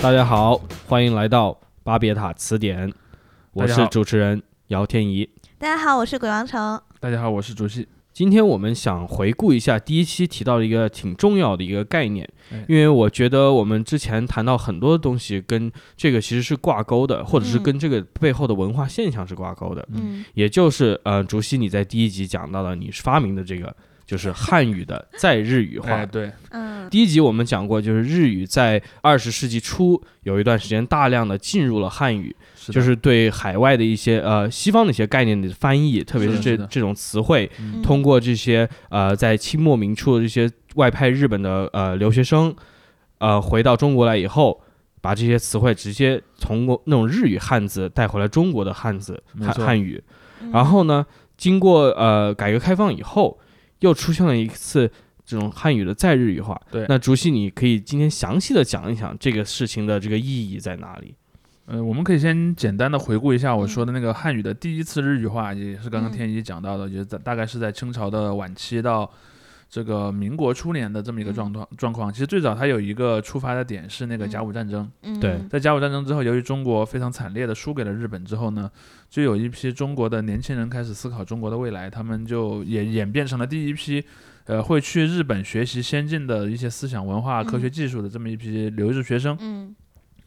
大家好，欢迎来到巴别塔词典，我大家是好主持人姚天怡。大家好，我是鬼王城。大家好，我是主哎席。今天我们想回顾一下第一期提到的一个挺重要的一个概念哎，因为我觉得我们之前谈到很多东西跟这个其实是挂钩的，或者是嗯跟这个背后的文化现象是挂钩的。嗯，也就是呃，竹溪你在第一集讲到了你发明的这个就是汉语的再日语化 哎，。对，嗯第一集我们讲过，就是日语在二十世纪初有一段时间大量的进入了汉语，是就的是对海外的一些呃西方的一些概念的翻译，特别是是的这是的这种词汇，嗯通过这些呃在清末明初的这些外派日本的呃留学生，呃回到中国来以后，把这些词汇直接从过那种日语汉字带回来中国的汉字没汉错汉语，嗯然后呢，经过呃改革开放以后，又出现了一次这种汉语的再日语化。对那竹溪，你可以今天详细的讲一讲这个事情的这个意义在哪里？呃，我们可以先简单的回顾一下我嗯说的那个汉语的第一次日语化，也是刚刚嗯天一讲到的，就是大大概是在清朝的晚期到这个民国初年的这么一个状况状况。其实最早它有一个出发的点是那个甲午战争，嗯嗯对在甲午战争之后，由于中国非常惨烈的输给了日本之后呢，就有一批中国的年轻人开始思考中国的未来，他们就也演变成了第一批，呃，会去日本学习先进的一些思想、文化、科学嗯技术的这么一批留日学生。嗯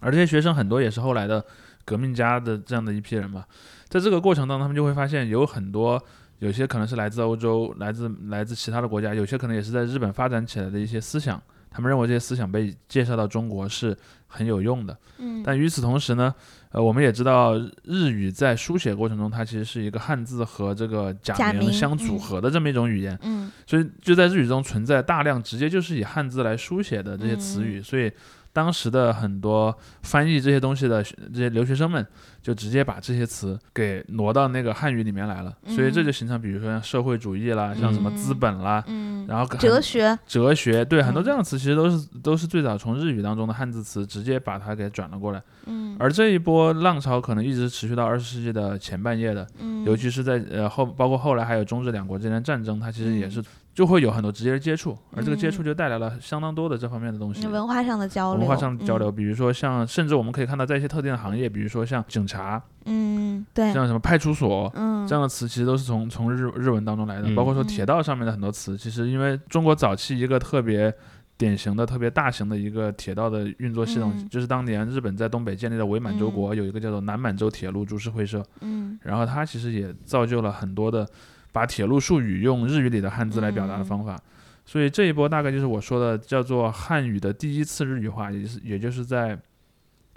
而这些学生很多也是后来的革命家的这样的一批人嘛，在这个过程当中，他们就会发现有很多，有些可能是来自欧洲，来自来自其他的国家，有些可能也是在日本发展起来的一些思想，他们认为这些思想被介绍到中国是很有用的。嗯，但与此同时呢，呃，我们也知道日日语在书写过程中，它其实是一个汉字和这个假假名名相组嗯合的这么一种语言，嗯所以就在日语中存在大量直接就是以汉字来书写的这些嗯词语，所以当时的很多翻译这些东西的学这些留学生们，就直接把这些词给挪到那个汉语里面来了，所以这就形成，比如说像社会主义啦，像什么资本啦，嗯，然后很哲学，嗯哲学，对，很多这样的词其实都是都是最早从日语当中的汉字词直接把它给转了过来，嗯，而这一波浪潮可能一直持续到二十世纪的前半叶的，嗯尤其是在呃后，包括后来还有中日两国之间的战争，它其实也嗯是就会有很多直接的接触，而这个接触嗯就带来了相当多的这方面的东西，文化上的交流，嗯文化上的交流，比如说像，甚至我们可以看到在一些特定的行业，比如说像警察，嗯，嗯，对，像什么派出所。嗯，这样的词其实都是从从日日文当中来的，嗯包括说嗯铁道上面的很多词，其实因为中国早期一个特别典型的、特别大型的一个铁道的运作系统，嗯就是当年日本在东北建立的伪满洲嗯国，有一个叫做南满洲铁路株式会社，嗯然后它其实也造就了很多的把铁路术语用日语里的汉字来表达的方法。所以这一波大概就是我说的叫做汉语的第一次日语化，也就是也就是在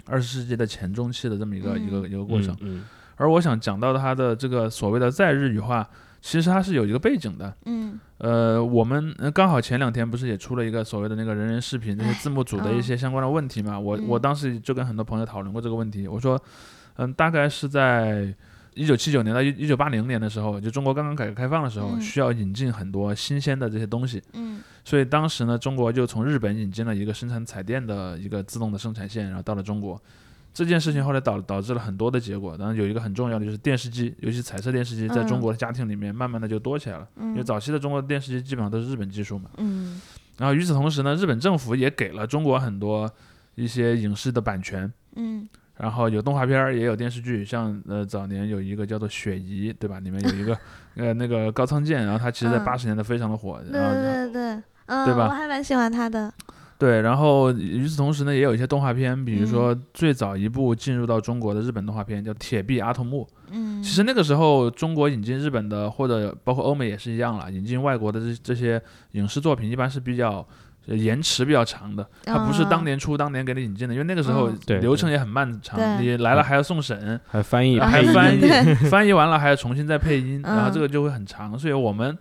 二十世纪的前中期的这么一个、一个一个过程。嗯，而我想讲到它的这个所谓的再日语化，其实它是有一个背景的。嗯呃，我们呃刚好前两天不是也出了一个所谓的那个人人视频那些哎字幕组的一嗯些相关的问题嘛？我我嗯当时就跟很多朋友讨论过这个问题，我说，嗯，大概是在一九七九年到一一九八零年的时候，就中国刚刚改革开放的时候，嗯需要引进很多新鲜的这些东西，嗯所以当时呢，中国就从日本引进了一个生产彩电的一个自动的生产线，然后到了中国。这件事情后来导导致了很多的结果，当然有一个很重要的就是电视机，尤其彩色电视机，在中嗯国的家庭里面慢慢的就多起来了。因为嗯早期的中国的电视机基本上都是日本技术嘛。嗯然后与此同时呢，日本政府也给了中国很多一些影视的版权，嗯然后有动画片儿，也有电视剧，像呃早年有一个叫做《雪姨》，对吧？里面有一 个呃那个高仓健，然后他其实在嗯八十年代非常的火，对然后对对，嗯，对吧我还蛮喜欢他的，对，然后与此同时呢，也有一些动画片，比嗯如说最早一部进入到中国的日本动画片叫《铁臂阿童木》，嗯，其实那个时候，中国引进日本的，或者包括欧美也是一样了，引进外国的这这些影视作品，一般是比较呃延迟比较长的，啊它不是当年出当年给你引进的，因为那个时候嗯对流程也很漫长，对你来了还要送审，还翻译啊然后还配音翻嗯对译，翻译完了还要重新再配 音，嗯然后这个就会很长，所以我们。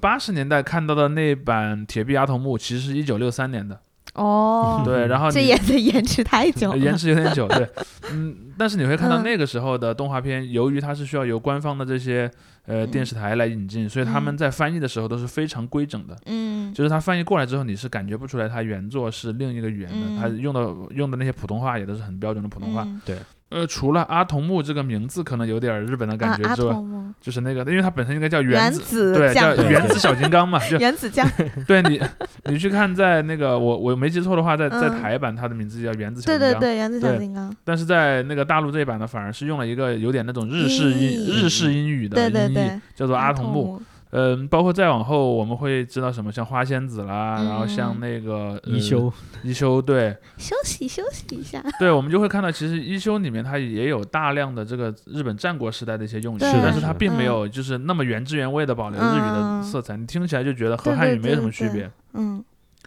八十年代看到的那版《铁臂阿童木》，其实是一九六三年的，哦， 对，然后这你也得延迟太久呃了，延迟有点久，对，嗯，但是你会看到嗯那个时候的动画片，由于它是需要由官方的这些呃电视台来引进，所以他们在翻译的时候都是非常规整的，嗯就是它翻译过来之后，你是感觉不出来它原作是另一个语言的，嗯它用的用的那些普通话也都是很标准的普通话。嗯嗯、呃，除了阿童木这个名字可能有点儿日本的感啊，觉阿之外，童木、就是那个，因为它本身应该叫原原子，子对，酱叫、对原子小金刚 嘛，就原子酱，对你，你去看在那个我我没记错的话，在在嗯台版它的名字叫原子小对金刚，对对，原子小对金刚，但是在那个大陆这一版呢，反而是用了一个有点那种日式音英译日式英语的音对译，对对，叫做阿童木。木，嗯，包括再往后我们会知道什么，像花仙子啦，嗯然后像那个一休，呃一休，对 休息休息一下，对，我们就会看到，其实一休里面它也有大量的这个日本战国时代的一些用语，对但是它是的并没有就是那么原汁原味的保留日语的嗯色彩，你听起来就觉得和对汉对语没有对什么对区别。嗯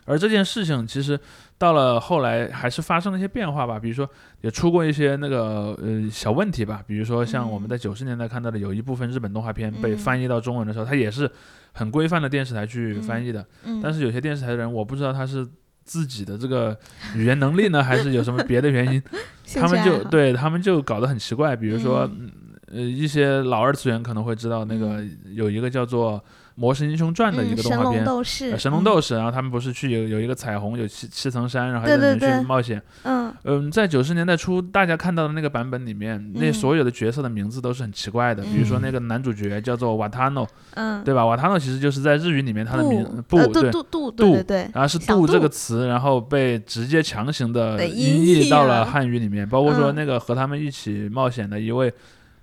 而这件事情其实到了后来还是发生了一些变化吧，比如说也出过一些那个呃小问题吧，比如说像嗯我们在九十年代看到的有一部分日本动画片被嗯翻译到中文的时候，它也是很规范的电视台去翻译的，嗯，但是有些电视台的人我不知道他是。自己的这个语言能力呢，还是有什么别的 原因？兴他趣们爱就好，对他们就搞得很奇怪，比如说，嗯呃，一些老二次元可能会知道那个有一个叫做《魔神英雄传》的一嗯个动神画片龙，斗士，呃神龙嗯，斗士，然后他们不是去有有一个彩虹，有七七层山，然后还对有人对去对冒险。嗯，嗯，在九十年代初，大家看到的那个版本里面，那嗯所有的角色的名字都是很奇怪的，比如说那个男主角叫做瓦塔诺，嗯，对吧？瓦塔诺其实就是在日语里面他的名布呃对杜。杜杜杜啊对对对，然后是“小度”这杜个词，然后被直接强行的对音音译译到了了汉语里面，包括说嗯那个和他们一起冒险的一位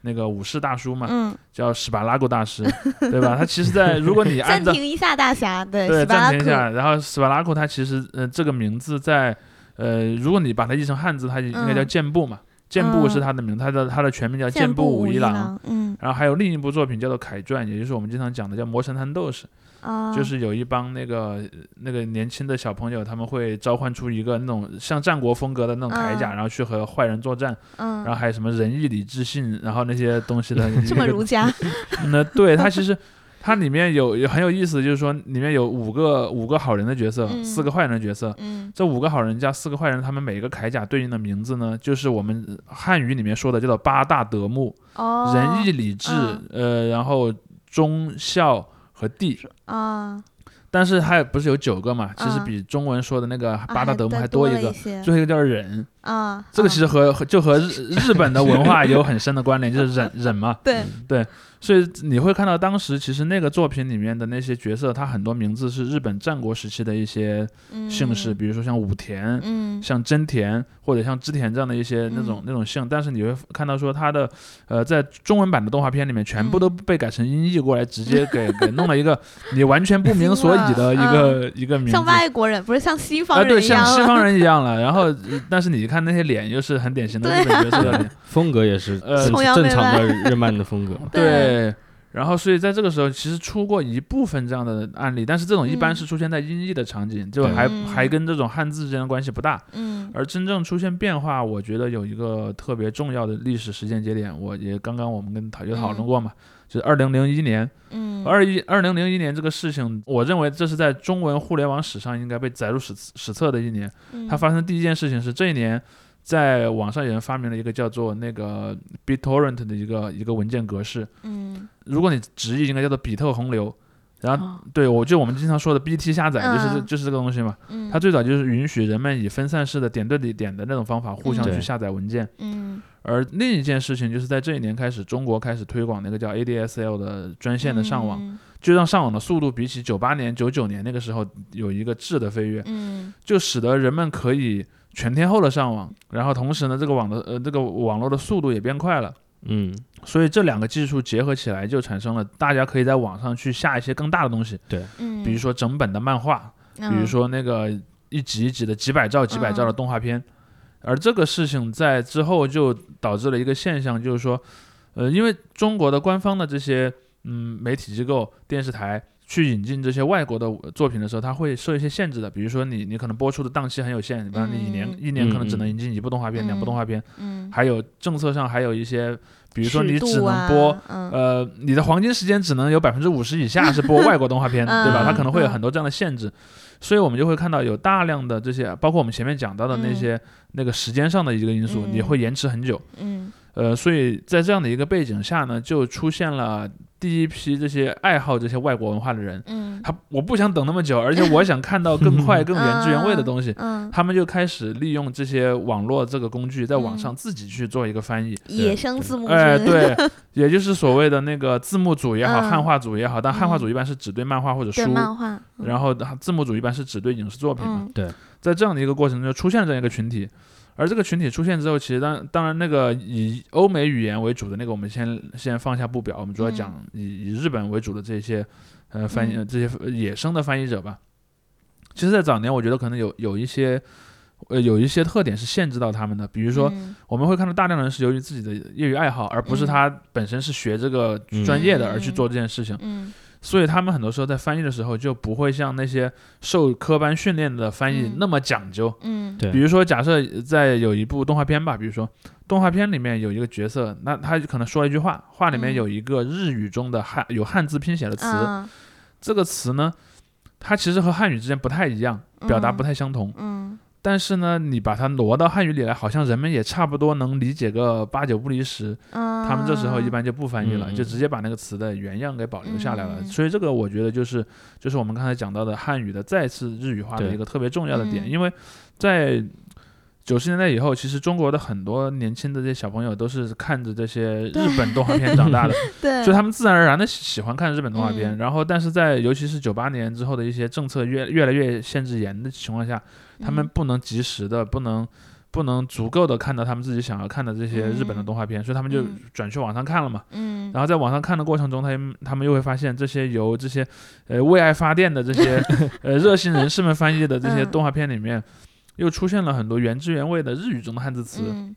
那个武士大叔嘛，嗯，叫史巴拉古大师，对吧？他其实在，如果你按暂照停一下，大侠，对对，斯巴暂停一拉克下。然后斯巴拉库它其实，呃，这个名字在，呃，如果你把它译成汉字，它应该叫嗯健步嘛。健步是嗯它的名，它的它的全名叫健步武一郎。郎，嗯然后还有另一部作品叫做《凯传》，也就是我们经常讲的叫《魔神探斗士》，啊，就是有一帮那个那个年轻的小朋友，他们会召唤出一个那种像战国风格的那种铠甲，嗯然后去和坏人作战。嗯，然后还有什么仁义礼智信，然后那些东西的 这么一个 儒家，那对它其实它里面有有很有意思，就是说里面有五个五个好人的角色，嗯四个坏人的角色。嗯这五个好人加四个坏人，他们每一个铠甲对应的名字呢，就是我们汉语里面说的叫做八大德目：哦，仁义礼智，嗯呃，然后忠孝和弟。啊，但是它不是有九个嘛？其实嗯比中文说的那个啊八大还德目再还多一了个，些最后一个叫忍。啊，这个啊其实和和就和日日本的文化有很深的关联，就是嗯忍忍嘛。对，所以你会看到，当时其实那个作品里面的那些角色，他很多名字是日本战国时期的一些嗯姓氏，比如说像武田、嗯像真田或者像织田这样的一些那种、嗯那种姓。但是你会看到说，他的呃，在中文版的动画片里面，全嗯部都被改成音译过来，直接给给弄了一 个你完全不明所以的一个、一个名字嗯像。外国人不是像西啊，方对，人一像样西了，方人一 样了。然后，呃但是你一看那些脸，又是很典型的日本角色的脸。 风格也是呃正崇洋正媚常外的日漫的风格。对，然后所以在这个时候，其实出过一部分这样的案例，但是这种一般嗯是出现在音译的场景，就对还嗯还跟这种汉字之间的关系不大。嗯而真正出现变化，我觉得有一个特别重要的历史时间节点，我也刚刚我们跟讨有讨论嗯过嘛，就是二零零一年，嗯，二一二零零一年这个事情，我认为这是在中文互联网史上应该被载入史史册的一年。嗯它发生的第一件事情是这一年，在网上有人发明了一个叫做那个 BitTorrent 的一个一个文件格式，嗯如果你直译应该叫做比特洪流。然后，哦对我就我们经常说的 BT 下载，就是这嗯就是这个东西嘛。嗯它最早就是允许人们以分散式的点对点的那种方法互嗯相去对下载文件。嗯而另一件事情就是在这一年开始，中国开始推广那个叫 ADSL 的专线的上网，嗯就让上网的速度比起九八年、九九年那个时候有一个质的飞跃，嗯就使得人们可以全天候的上网，然后同时呢，这个网的呃这个网络的速度也变快了。嗯，所以这两个技术结合起来，就产生了大家可以在网上去下一些更大的东西，嗯，比如说整本的漫画，比比如说那个一集一集的几百兆、几百兆嗯的动画片。而这个事情在之后就导致了一个现象，就是说，呃，因为中国的官方的这些嗯媒体机构、电视台。去引进这些外国的呃作品的时候，它会受一些限制的，比如说你你可能播出的档期很有限，比方你一年嗯一年可能只嗯能嗯引进一部动画片、两部动画片，嗯，还有政策上还有一些，比比如说你只能播、嗯呃，你的黄金时间只能有百分之五十以下是 播外国动画片，对吧？嗯它可能会有嗯很多这样的限制，所以我们就会看到有大量的这些，包括我们前面讲到的那些、那个时间上的一个因素，嗯你会延迟很久。嗯呃，所以在这样的一个背景下呢，就出现了第一批这些爱好这些外国文化的人，嗯他我不想等那么久，而且我想看到更快、更原汁原味的东西。嗯，他们就开始利用这些网络这个工具，在网上嗯自己去做一个翻译。野生字幕哎，君，对， 也就是所谓的那个字幕组也好，嗯汉化组也好，但汉化嗯组一般是只对漫画或者对书，漫画，嗯然后字幕组一般是只对影视作品嘛。嗯在这样的一个过程中，出现了这样一个群体。而这个群体出现之后，其实当当然那个以欧美语言为主的那个，我们先先放下不表，我们主要讲以、以日本为主的这些呃翻译、嗯这些野生的翻译者吧。其实，在早年，我觉得可能有有一些呃有一些特点是限制到他们的，比如说、嗯我们会看到大量人是由于自己的业余爱好，而不是嗯他本身是学这个专业的嗯而去做这件事情。嗯所以他们很多时候在翻译的时候就不会像那些受科班训练的翻译嗯那么讲究。嗯对比如说，假设在有一部动画片吧，比如说动画片里面有一个角色，那他可能说了一句话，话里面嗯有一个日语中的汉有汉字拼写的词，啊这个词呢，它其实和汉语之间不太一样，表达不太相同。嗯但是呢，你把它挪到汉语里来，好像人们也差不多能理解个八九不离十。嗯，他们这时候一般就不翻译了，嗯就直接把那个词的原样给保留下来了。嗯所以这个我觉得就是就是我们刚才讲到的汉语的再次日语化的对一个特别重要的点，嗯因为在九十年代以后，其实中国的很多年轻的这些小朋友都是看着这些日本动画片长 大的，对，就他们自然而然的喜欢看日本动画片。嗯然后，但是在尤其是九八年之后的一些政策越越来越限制严的情况下，他们嗯不能及时的，不能不能足够的看到他们自己想要看的这些日本的动画片，所以他们就嗯转去网上看了嘛。嗯，然后在网上看的过程中，他又他们又会发现这些由这些呃为爱发电的这 些呃热心人士们翻译的这些嗯动画片里面，又出现了很多原汁原味的日语中的汉字词，嗯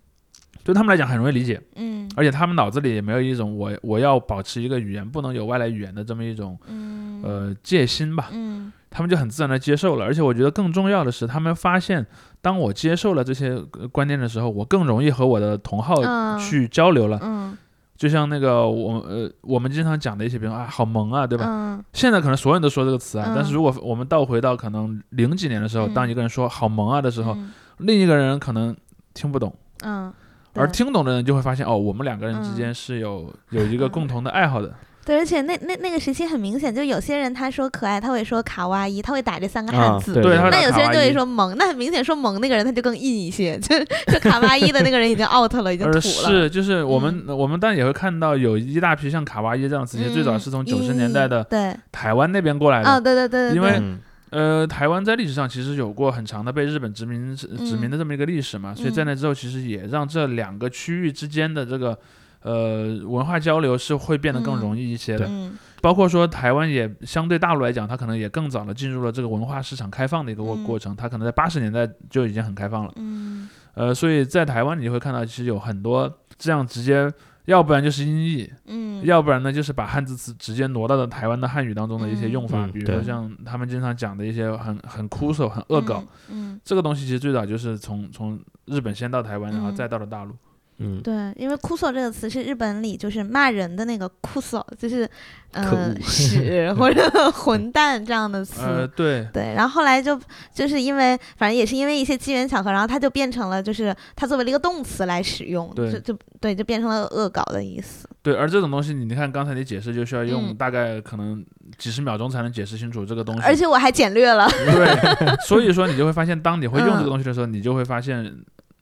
对他们来讲很容易理解，嗯而且他们脑子里也没有一种我我要保持一个语言不能有外来语言的这么一种嗯呃戒心吧。嗯他们就很自然的接受了。而且我觉得更重要的是，他们发现，当我接受了这些呃观念的时候，我更容易和我的同好嗯去交流了。嗯就像那个我呃，我们经常讲的一些，比如啊，好萌啊，对吧？嗯现在可能所有人都说这个词啊，嗯但是如果我们倒回到可能零几年的时候，嗯当一个人说好萌啊的时候，嗯另一个人可能听不懂。嗯，而对听懂的人就会发现，哦，我们两个人之嗯间是有、有一个共同的爱好的，对，而且那那那个时期很明显，就有些人他说可爱，他会说卡哇伊，他会打这三个汉啊字。对对，他会那打有卡些人哇就会伊说萌，那很明显说萌那个人他就更硬一些，就就卡哇伊的那个人已经 out 了，已经而土了。嗯是，就是我们、我们当然也会看到有一大批像卡哇伊这样的词，其实最早嗯是从九十年代的对，台湾那边过来的。哦，对对对对，因为对嗯呃，台湾在历史上其实有过很长的被日本殖民殖民的嗯这么一个历史嘛，所以在那之后，其实也让这两个区域之间的这个。呃，文化交流是会变得更容易一些的，嗯包括说台湾也相对大陆来讲，它可能也更早的进入了这个文化市场开放的一个过嗯过程，它可能在八十年代就已经很开放了。嗯呃，所以在台湾你会看到，其实有很多这样直接，要不然就是音译，嗯，要不然呢就是把汉字词直接挪到了台湾的汉语当中的一些用法，嗯比如说对像他们经常讲的一些很很枯手、很恶搞。嗯，这个东西其实最早就是从从日本先到台湾，然后嗯再到了大陆。嗯嗯，对，因为哭索这个词是日本里就是骂人的那个哭索，就是可呃恶屎或者 混蛋这样的词。呃，对，对，然后后来就就是因为，反正也是因为一些机缘巧合，然后它就变成了，就是它作为了一个动词来使用，对就就对，就变成了恶搞的意思。对，而这种东西，你看刚才你解释就需要用嗯大概可能几十秒钟才能解释清楚这个东西，而且我还简略了，对，所以说你就会发现，当你会用这嗯个东西的时候，你就会发现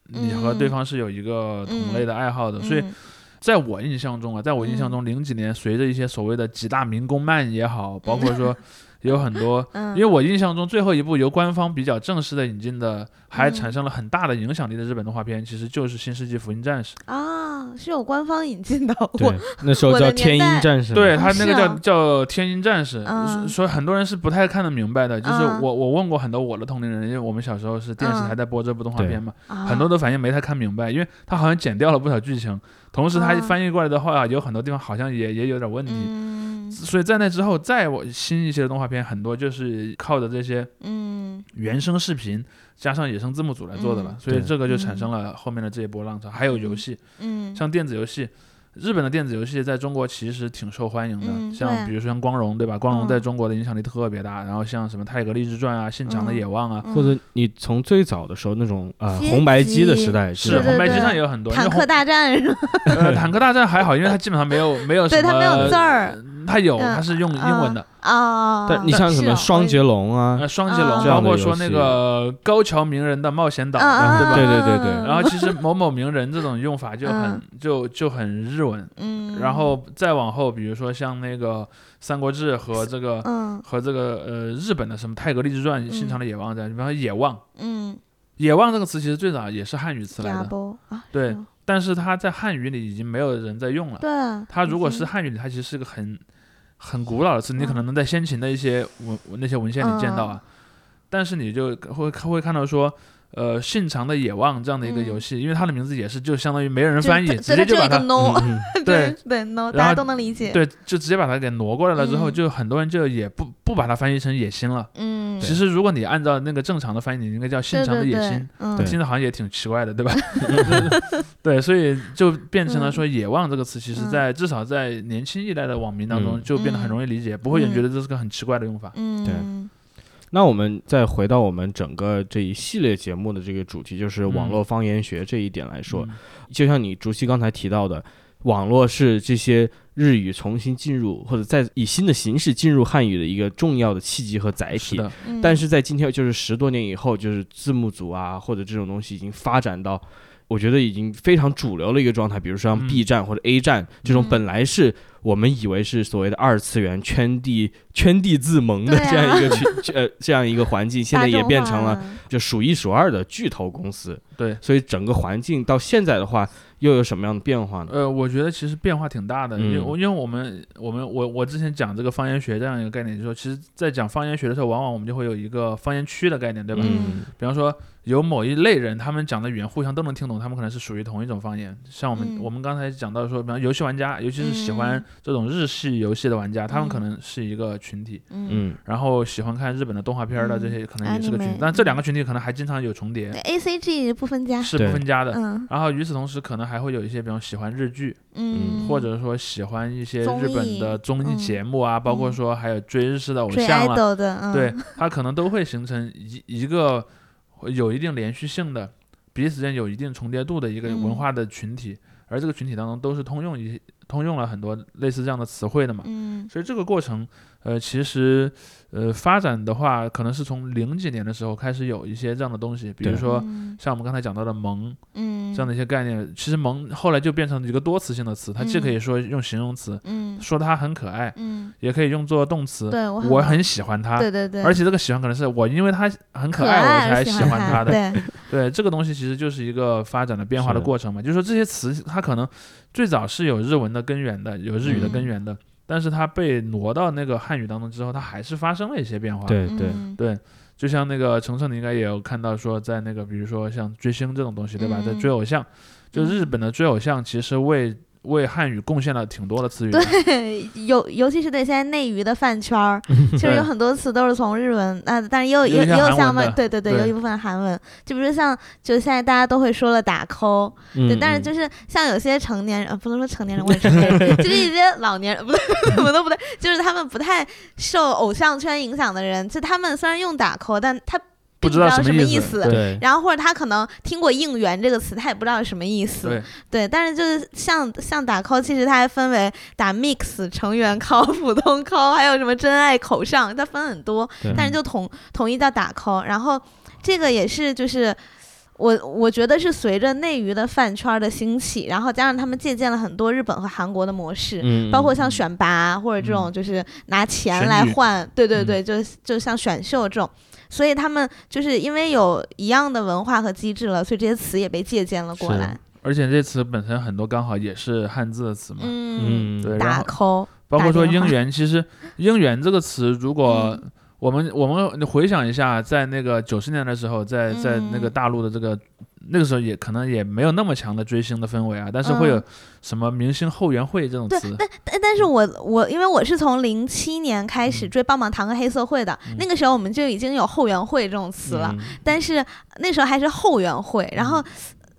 你和对嗯方是有一个同类的爱好的。所以嗯在我印象中啊，在我印象中，零几年随着一些所谓的几大民工漫也好，包括说有很多。 嗯，因为我印象中，最后一部由官方比较正式的引进的，还嗯产生了很大的影响力的日本动画片，其实就是《新世纪福音战士》。啊是有官方引进的，我对，那时候我的叫年天代鹰战士嘛，对哦他那个是叫啊叫《天鹰战士》嗯所以很多人是不太看得明白的。就是嗯我我问过很多我的同龄人，因为我们小时候是电视台在播这部动画对片嘛，啊很多都反应没太看明白，因为他好像剪掉了不少剧情，同时他啊翻译过来的话，有很多地方好像也也有点问题。嗯所以在那之后，再我新一些的动画片，很多就是靠着这些嗯原声视频加上野生字幕组来做的了，嗯所以对这个就产生了后面的这一波浪潮。还有游戏，嗯，像电子游戏，日本的电子游戏在中国其实挺受欢迎的，嗯像对比如说像光荣，对吧？光荣嗯在中国的影响力特别大，然后像什么《泰格立志传》啊，《信长的嗯野望》啊，嗯或者你从最早的时候那种呃街红白机的机时代是对对红白机对上也有很多。因为坦克红大战是吧？呃坦克大战还好，因为它基本上没有没有什对，么它没有字儿，它有，嗯它是用英文的，啊。但你像什是哦么双截，龙啊，呃，双截龙，这样的包括游戏说那个高桥名人的冒险岛，啊嗯我也嗯嗯嗯嗯，对对对嗯对嗯然后其实某某名人这种用法就很嗯就就很日文，嗯，然后再往后，比如说像那个《三国志》和这个嗯和这个呃日本的什么《泰格立志传》《新长的野望》这样，比方说野望，嗯，野望这个词其实最早也是汉语词来亚的，波啊，对是吗但是它在汉语里已经没有人在用了。对，啊它如果已是经汉语里，它其实是个很很古老的词，你嗯可能能在先秦的一些文文那些文献里见到啊，嗯但是你就会会看到说。呃，信长的野望这样的一个游戏，因为它的名字也是就相当于没人嗯就翻译，它直对接它就只有把一个它 no，嗯对 对 no，然大家后都能理解，对，就直接把它给挪过来了之后，嗯就很多人就也不不把它翻译成野心了。嗯，其实如果你按照那个正常的翻译，你应该叫信对长的对野对心，，嗯，对听着好像也挺奇怪的，对 吧？ 对，所以就变成了说“野望”这个词，其实嗯在至少在年轻一代的网民当中，嗯就变得很容易理解，不会有人觉得这是个很奇怪的用法。嗯，那我们再回到我们整个这一系列节目的这个主题，就是网嗯络方言学这一点来说，嗯就像你竹溪刚才提到的，网络是这些日语重新进入或者再以新的形式进入汉语的一个重要的契机和载是体。的，嗯但是在今天，就是十多年以后，就是字幕组啊，或者这种东西已经发展到，我觉得已经非常主流的一个状态。比如说像嗯 B 站或者 A 站、这种嗯本来是我们以为是所谓的二次元圈地圈地自萌的对啊这样一个群、 呃这样一个环境，现在也变成了大众化了，就数一数二的巨头公司。对，所以整个环境到现在的话，又有什么样的变化呢？呃，我觉得其实变化挺大的，嗯因为我因为我们我们我我之前讲这个方言学这样一个概念，就是说，其实，在讲方言学的时候，往往我们就会有一个方言区的概念，对吧？嗯比方说，有某一类人，他们讲的语言互相都能听懂，他们可能是属于同一种方言。像我们、嗯我们刚才讲到说，比方游戏玩家，尤其是喜欢嗯这种日系游戏的玩家，他们可嗯能是一个群体。嗯。嗯然后喜欢看日本的动画片儿的啊这些，可能也是个群体 anime，。但这两个群体可能还经常有重叠， A C G 不分家，是不分家的。嗯然后与此同时，可能还会有一些，比方喜欢日剧，嗯，或者说喜欢一些综日本艺的综艺嗯节目啊，包括嗯说还有追日式的偶追像啊了， idol 的，嗯，对，它可能都会形成一一个有一定连续性的，彼此之间有一定重叠度的一个文嗯化的群体，而这个群体当中都是通用一通用了很多类似这样的词汇的嘛。嗯所以这个过程，呃，其实，呃，发展的话，可能是从零几年的时候开始有一些这样的东西，比如对说嗯像我们刚才讲到的“萌”嗯这样的一些概念。其实“萌”后来就变成了一个多词性的词，它既可以说用形容词，嗯说它很可爱，嗯，也可以用作动词，对我我很喜欢它。对对对，而且这个喜欢可能是我因为它很可可爱，我爱才而喜欢欢它的。对，对，这个东西其实就是一个发展的变化是的的过程嘛。就是说这些词，它可能最早是有日文的根源的，有日语的根嗯源的，但是它被挪到那个汉语当中之后，它还是发生了一些变化。，对对，嗯 对，就像那个程程，你应该也有看到说，在那个比如说像追星这种东西，对吧？在追嗯偶像，就日嗯本的追偶像，其实为为汉语贡献了挺多的词语的。对， 尤尤其是对现在内娱的饭 圈儿，其实对有很多词都是从日文啊，但是也有有也一也些有韩像文外的对对对，对有一部分韩文，就比如像就现在大家都会说了打 call，对，嗯但是就是像有些成年人，呃，不能说成年人，我也是成年人，就是 一些老年人，不对， 怎么都不对，就是他们不太受偶像圈影响的人，就他们虽然用打 call，但他不并知道道什什么意意思对对然后或者他可能听过应援这个词，他也不知道是什么意思。对，对，但是就是像像打 call，其实它还分为打 mix 成员 call、普 通 call，还有什么真爱口上，它分很多，嗯对但是就统统一叫打 call。然后这个也是就是。我我觉得是随着内娱的饭圈的兴起，然后加上他们借鉴了很多日本和韩国的模式，嗯包括嗯像嗯选拔啊或者这种，就是拿钱选来举换，对对对，就就像选秀这种，所以他们就是因为有一样的文化和机制了，所以这些词也被借鉴了过是来。而且这词本身很多刚好也是汉字的词嘛。嗯，嗯对，然打后 call，包打括说电应话援，其 实应援这个词，如果嗯我们我们回想一下，在那个九十年的时候，在在那个嗯大陆的这个那个时候也可能也没有那么强的追星的氛围啊，但是会有嗯什么明星后援会这种对词，但但是我我因为我是从零七年开始嗯追棒棒糖和黑社会的，那个时候我们就已经有后援会这种词了，嗯但是那时候还是后援会，然后。嗯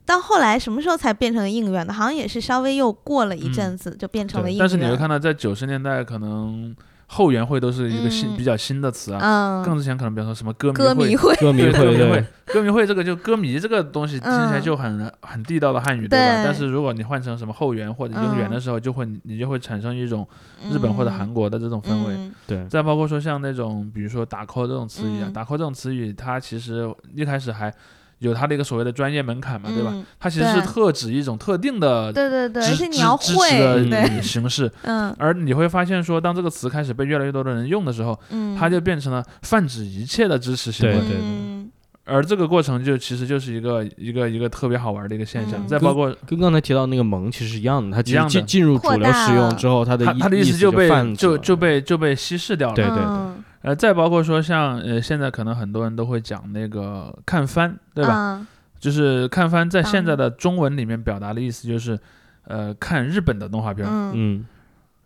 到后来什么时候才变成应援的？好像也是稍微又过了一嗯阵子，就变成了对应援。但是你会看到在九十年代可能。后援会都是一个新、嗯比较新的词啊。更嗯，之前可能比方说什么歌歌迷迷会，歌迷对歌会迷对会，歌迷会这个就歌迷这个东西听起来嗯就很、很地道的汉语，对吧？对嗯但是如果你换成什么后援或者应援的时候，就会你就会产生一种日本或者韩国的这种氛围。嗯对再包括说像那种比如说打 call 这种词语啊，嗯打 call 这种词语，它其实一开始还有它的一个所谓的专业门槛嘛，嗯对吧？嗯它其实是对特指一种特定的对对对，支而且你要支支会，持对，的形式。嗯而你会发现说，当这个词开始被越来越多的人用的时候，嗯，它就变成了泛指一切的支持行对为。对对嗯而这个过程就其实就是一个一个一个特别好玩的一个现象。嗯再包括跟刚才提到那个萌其实是一样的，它其一实样的进进入主扩流大使用了之后，它的他意他的意意思就被泛指就了就被就被稀释掉了。对对对嗯呃，再包括说像呃，现在可能很多人都会讲那个看番，对吧？吧？就是看番在当现在的中文里面表达的意思就是，呃，看日本的动画片儿。嗯嗯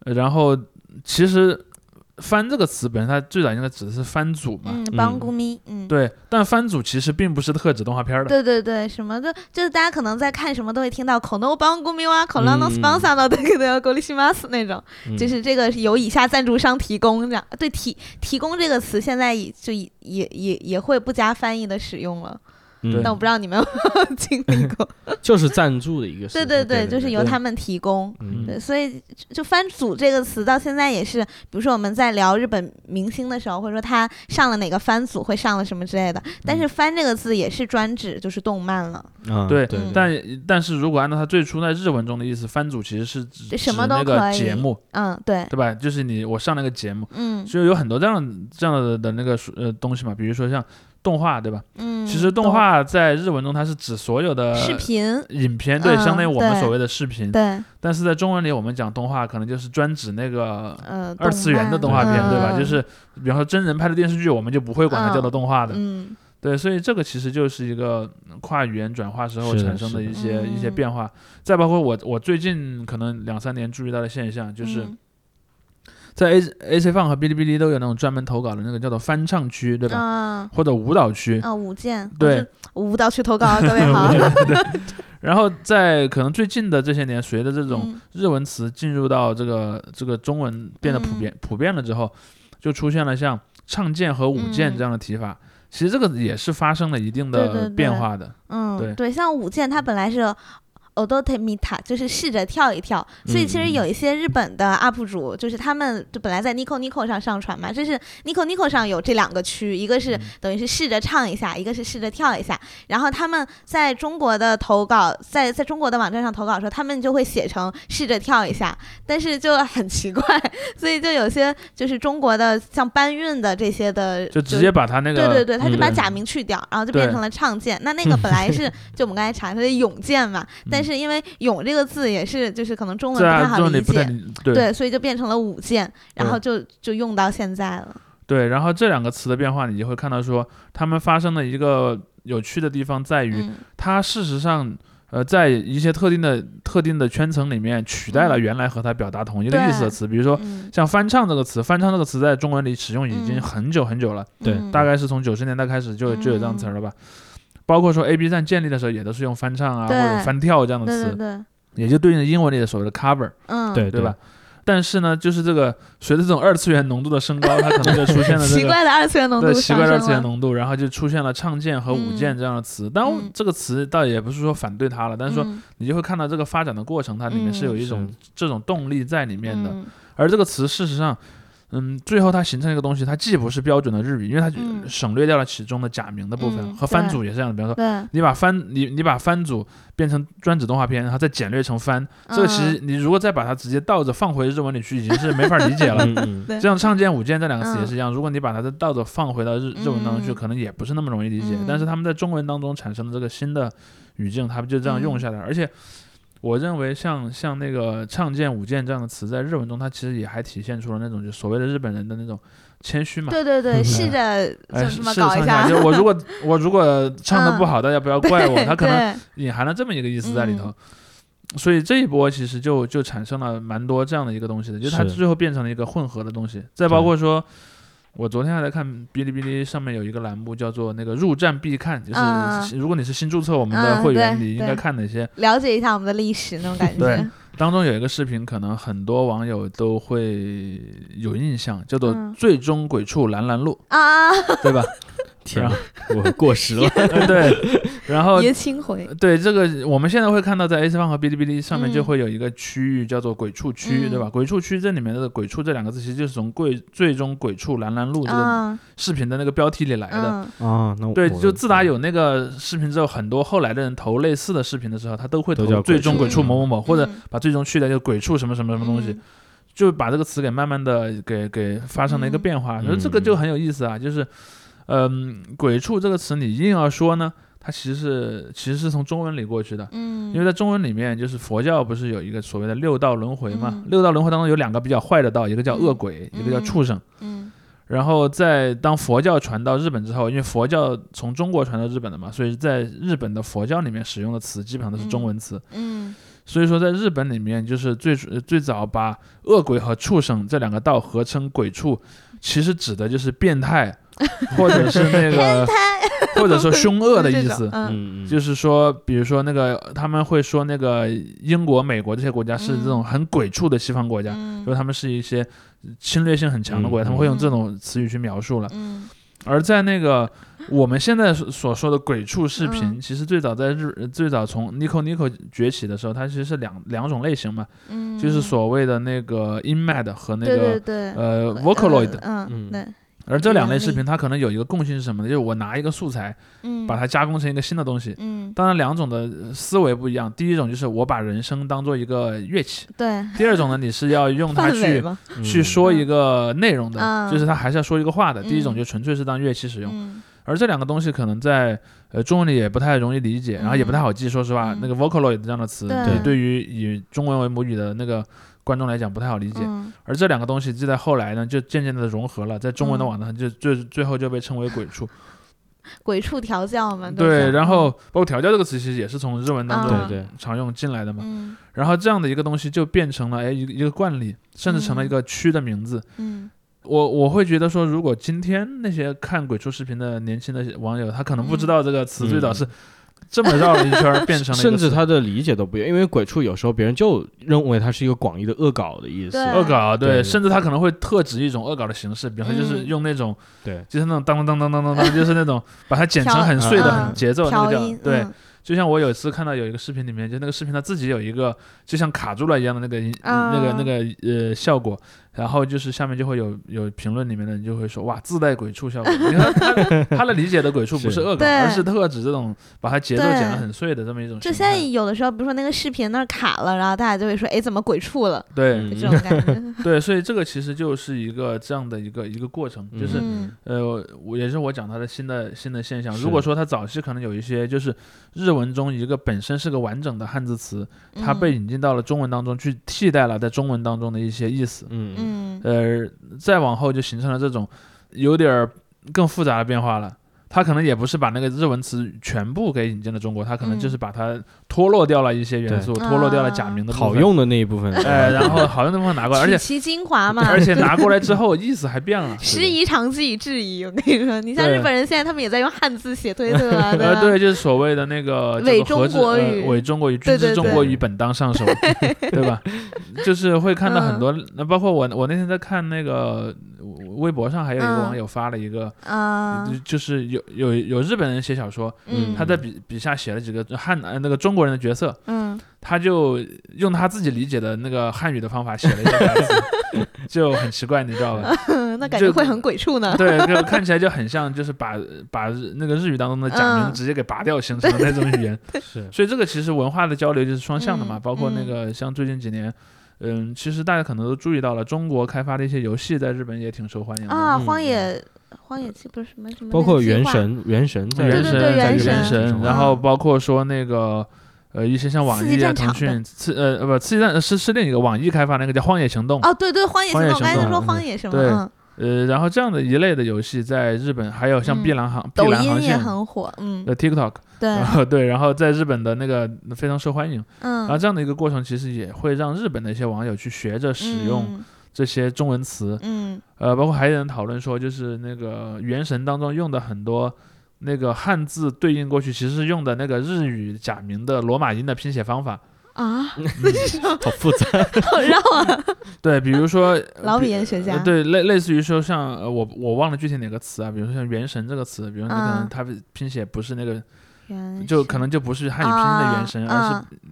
呃然后其实“番”这个词本身它最早应该指的是番组嘛，嗯，嗯帮咕咪，嗯，对。但番组其实并不是特指动画片儿的，对对对，什么的，就是大家可能在看什么都会听到口 no 帮咕咪哇，口 no 嗯 sponsor 的对对狗里西马斯那种，嗯，就是这个是由以下赞助商提供这样。对提提供这个词，现在已就也也也也会不加翻译的使用了，嗯但我不知道你们有没有经历过。就是赞助的一个事对情，对对对，就是由他们提供。嗯对，所以就就番组这个词到现在也是，比如说我们在聊日本明星的时候，或者说他上了哪个番组，会上了什么之类的。但是“番”这个字也是专指就是动漫了，啊对对，嗯但但是如果按照它最初在日文中的意思，番组其实是指这什么指都那个可以节目，嗯，对，对吧？就是你我上那个节目，嗯就有很多这样这样的的那个属呃东西嘛，比如说像动画，对吧？嗯，其实动懂画在日文中它是指所有的视频，影片，对，嗯相当于我们对所谓的视频。对，但是在中文里，我们讲动画可能就是专指那个呃，二次元的动画片，漫对吧？嗯就是比方说真人拍的电视剧，我们就不会管它叫做动画的。嗯对，所以这个其实就是一个嗯跨语言转化时候是的产生的是的一些一些嗯变化。再包括我我最近可能两三年注意到的现象，就是嗯在 A A C 放和哔哩哔哩都有那种专门投稿的那个叫做翻唱区，对吧？啊或者舞蹈区。啊舞剑，我对是舞蹈去投稿啊，各 位好， 然后在可能最近的这些年，随着这种嗯日文词进入到这个这个中文变得普嗯遍普遍了之后，就出现了像唱见和舞剑嗯这样的提法。其实这个也是发生了一定对对的对变化的。对嗯，对，像舞剑它本来是。o d o t e m i t a 就是试着跳一跳，所以其嗯嗯实有一些日本的 UP 主，就是他们就本来在 Nico Nico 上上传嘛，就是 Nico Nico 上有这两个区，一个是等于是试着唱一下，一个是试着跳一下。然后他们在中国的投稿，在在中国的网站上投稿的时候，他们就会写成试着跳一下，但是就很奇怪， 所以就有些就是中国的像搬运的这些的，就直接把他那个对对对，他就嗯把对假名去掉，然后就对变成了唱剑。那那个本 来是就我们刚才查它的勇剑嘛， 但是因为勇这个字也是就是可能中文在嗯不太啊，好中文里理不太解，理对对，所以就变成了舞剑，然对后就就用到现在了。对然后这两个词的变化，你就会看到说，他们发生的一个有趣的地方在于，嗯，它事实上，呃，在一些特定的特定的圈层里面取代了嗯原来和它表达同一个对意思的词，比如说嗯像翻唱这个词，翻唱这个词在中文里使用已经嗯很久很久了，对嗯大概是从九十年代开始就就有这样词儿了吧。包括说 A B 站建立的时候，也都是用翻唱啊或对者翻跳这样的对对词，对，也就对应英文里的所谓的 cover。嗯，对对 吧？？但是呢，就是这个随着这种二次元浓度的升高，它可能就出现 了奇这个。怪的二次元浓度对，上奇升怪了。的二次元浓度，然后就出现了唱剑和舞剑嗯这样的词。但我嗯这个词倒也不是说反对它了，但是说嗯你就会看到这个发展的过程，它里面是有一种是这种动力在里面的。嗯而这个词事实上，嗯，最后它形成一个东西，它既不是标准的日语，因为它嗯省略掉了其中的假名的部分，嗯和番对组也是这样的。比方说，对，你把番你你把番组变成专指动画片，然后再简略成番，这个其嗯实你如果再把它直接倒着放回日文里去，已经是没法理解 了。嗯嗯对就像唱剑、舞剑这两个词嗯也是一样，如果你把它再倒着放回到日日文当中去，嗯可能也不是那么容易理解。嗯但是他们在中文当中产生的这个新的语境，他们就这样嗯用下来。而且，我认为像像那个唱剑、舞剑这样的词，在日文中它其实也还体现出了那种就所谓的日本人的那种谦虚嘛。嗯对对对，试着 哎，就试试这么搞唱一一下，下，嗯就我如果我如果唱的不好，大家不要怪我，对他可能对隐含了这么一个意思在里头。嗯所以这一波其实就就产生了蛮多这样的一个东西的，就是它是最后变成了一个混合的东西。再包括说，我昨天还在看哔哩哔哩上面有一个栏目叫做那个入站必看，就是、嗯如果你是新注册我们嗯的会员，对你应该看哪些。了解一下我们的历史那种感对觉。当中有一个视频，可能很多网友都会有印象，叫做嗯《最终鬼畜蓝蓝路啊，》，对吧？ 天啊，我过时 了。呃对，然后爷青回，对这个，我们现在会看到在 A 方和哔哩哔哩上面就嗯会有一个区域叫做鬼畜区，对吧？鬼畜区这里面的“鬼畜”这两个字，其实就是从“鬼最终鬼畜蓝蓝路”这个嗯视频的那个标题里来的。嗯啊，那我对，就自打有那个视频之后，很多后来的人投类似的视频的时候，他都会都投叫“最终鬼鬼畜畜某某某”或者嗯把“最终”去掉，就“鬼畜什么什么什么东西”，嗯就把这个词给慢慢的给给发生了一个变化，嗯然后这个就很有意思啊，就是，嗯，鬼畜这个词你硬要说呢，它其实是其实是从中文里过去的，嗯，因为在中文里面就是佛教不是有一个所谓的六道轮回嘛，嗯六道轮回当中有两个比较坏的道，一个叫恶鬼，嗯一个叫畜生。嗯然后在当佛教传到日本之后，因为佛教从中国传到日本的嘛，所以在日本的佛教里面使用的词基本上都是中文词。嗯所以说，在日本里面，就是最呃最早把恶鬼和畜生这两个道合称鬼畜，其实指的就是变 态，或者是那个，或者说凶恶的意思。嗯嗯，嗯就是说，比如说那个，他们会说那个英国、美国这些国家是这种很鬼畜的西方国家，嗯说他们是一些侵略性很强的国嗯家，他们会用这种词语去描述了。嗯而在那个我们现在所所说的鬼畜视频，嗯其实最早在日，最早从 Nico Nico 崛起的时候，它其实是两两种类型嘛，嗯，就是所谓的那个 InMad 和那对对个对，呃 Vocaloid，嗯嗯对，而这两类视原频它可能有一个共性是什么呢？就是我拿一个素材，嗯，把它加工成一个新的东西。嗯当然，两种的呃思维不一样。第一种就是我把人声当做一个乐器，对第二种呢，你是要用它范围去嘛，嗯去说一个内容的，嗯就是它还是要说一个话的。嗯第一种就纯粹是当乐器使用，嗯而这两个东西可能在呃中文里也不太容易理解，然后也嗯不太好记。说实话，嗯那个 Vocaloid 这样的词，对对对于以中文为母语的那个观众来讲不太好理解。嗯而这两个东西就在后来呢，就渐渐的融合了，在中嗯文的网站上就最、最后就被称为鬼畜。鬼畜调教嘛，都对，是然后包括调教这个词其实也是从日文当对中嗯对，常用进来的嘛。嗯然后这样的一个东西就变成了哎一个一个惯例，甚至成嗯了一个区的名字。嗯我我会觉得说，如果今天那些看鬼畜视频的年轻的网友，他可能不知道这个词嗯最早是这么绕了一圈儿变 成了一个甚至词他的理解都不一样，因为鬼畜有时候别人就认为它是一个广义的恶搞的意思。对恶搞，啊对对，对甚至他可能会特指一种恶搞的形式，比方说就是嗯用那种对，就是那种当当当当当当，就是那种把它剪成很碎的、调很节奏的那调个嗯音嗯叫。对，就像我有一次看到有一个视频里面，就那个视频它自己有一个就像卡住了一样的那个音、啊那个那个呃效果，然后就是下面就会有有评论里面的人就会说哇自带鬼畜效果， 你看他他的理解的鬼畜不是是恶搞，对而是特指这种把它节奏对剪得很碎的这么一种就形现在态。有的时候，比如说那个视频那儿卡了，然后大家就会说：“哎，怎么鬼畜了对？”就嗯这种感觉。对，所以这个其实就是一个这样的一个一个过程， 就是嗯呃，我也是我讲它的新的新的现象。是如果说它早期可能有一些就是日文中一个本身是个完整的汉字词，它嗯被引进到了中文当中去替代了在中文当中的一些意思。嗯嗯嗯呃，再往后就形成了这种有点儿更复杂的变化了。它可能也不是把那个日文词全部给引进了中国，它可能嗯就是把它脱落掉了一些元素，对脱落掉了假名的部分好，用的那一部分，哎，然后好用的部分拿 过来，而且取啊其精华嘛，而且拿过来之后意思还变 了。师夷长技以制夷。我跟你说，你像对日本人现在他们也在用汉字写推特 啊，呃，吧对，就是所谓的那个伪这个和中国之呃语伪中国语，对君之对中对国语本当上 手，对吧？就是会看到很嗯多，那包括我，我那天在看那个呃微博上，还有一个嗯网友发了一个，啊就，就是有有有日本人写小说，嗯，他在笔笔下写了几个汉呃那个中国人的角色，嗯他就用他自己理解的那个汉语的方法写了一些台词， 就很奇怪，你知道吧？嗯，那感觉就会很鬼畜呢。对，就看起来就很像，就是把把日那个日语当中的假名嗯直接给拔掉，形成的那种语言。 是所以这个其实文化的交流就是双向的嘛，嗯包括那个像最近几年，嗯，其实大家可能都注意到了，中国开发的一些游戏在日本也挺受欢迎的。啊，嗯荒野荒野记不是什么什么那个计划，包括原神，原神在原对对神，对在日原本神神，嗯然后包括说那个。呃，一些像网刺易激啊、战场腾讯、刺呃呃不，刺激战是是另一个网易开发那个叫《荒野行动》哦，对对，荒野行荒野动，我刚才行在动说荒野什么，对嗯，呃，然后这样的一类的游戏在日本，还有像嗯碧蓝航、抖碧蓝航音也线很火，嗯，的 TikTok，对然，后对，然后在日本的那个非常受欢迎。然后嗯，这样的一个过程，其实也会让日本的一些网友去学着使用嗯这些中文词，嗯，呃，包括还有人讨论说，就是那个《原神》当中用的很多那个汉字对应过去，其实是用的那个日语假名的罗马音的拼写方法，啊，嗯好复 杂。好绕啊！对，比如说呃 老比语言学家呃，对，类类似于说像呃我我忘了具体哪个词啊，比如说像“元神”这个词，比如说你可嗯能它拼写不是那个，原就是可能就不是汉语拼音的“元神”，而嗯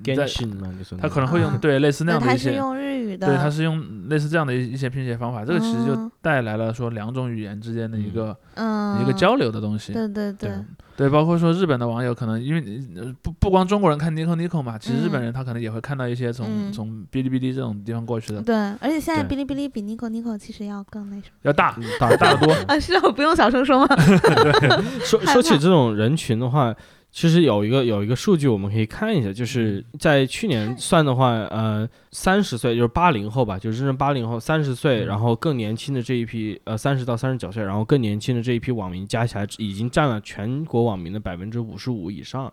是在嘛， 就是它可能会用嗯对类似那对，样的他一是些，用日语的，对，它是用类似这样的一一些拼写方法，这个其实就嗯带来了说两种语言之间的一个嗯一个交流的东西。对对对，对，包括说日本的网友可能因为呃不不光中国人看 Nico Nico 嘛，其实日本嗯人他可能也会看到一些从嗯从哔哩哔哩这种地方过去的对，而且现在对哔哩哔哩比 Nico Nico 其实要更那什么要大，打大得多。啊，是啊，不用小声说吗？ 说害说起怕这种人群的话，其实有一个有一个数据我们可以看一下，就是在去年算的话，呃，三十岁就是八零后吧，就是真正八零后三十岁，嗯然后更年轻的这一批，呃，三十到三十九岁，然后更年轻的这一批网民加起来已经占了全国网民的百分之五十五以上，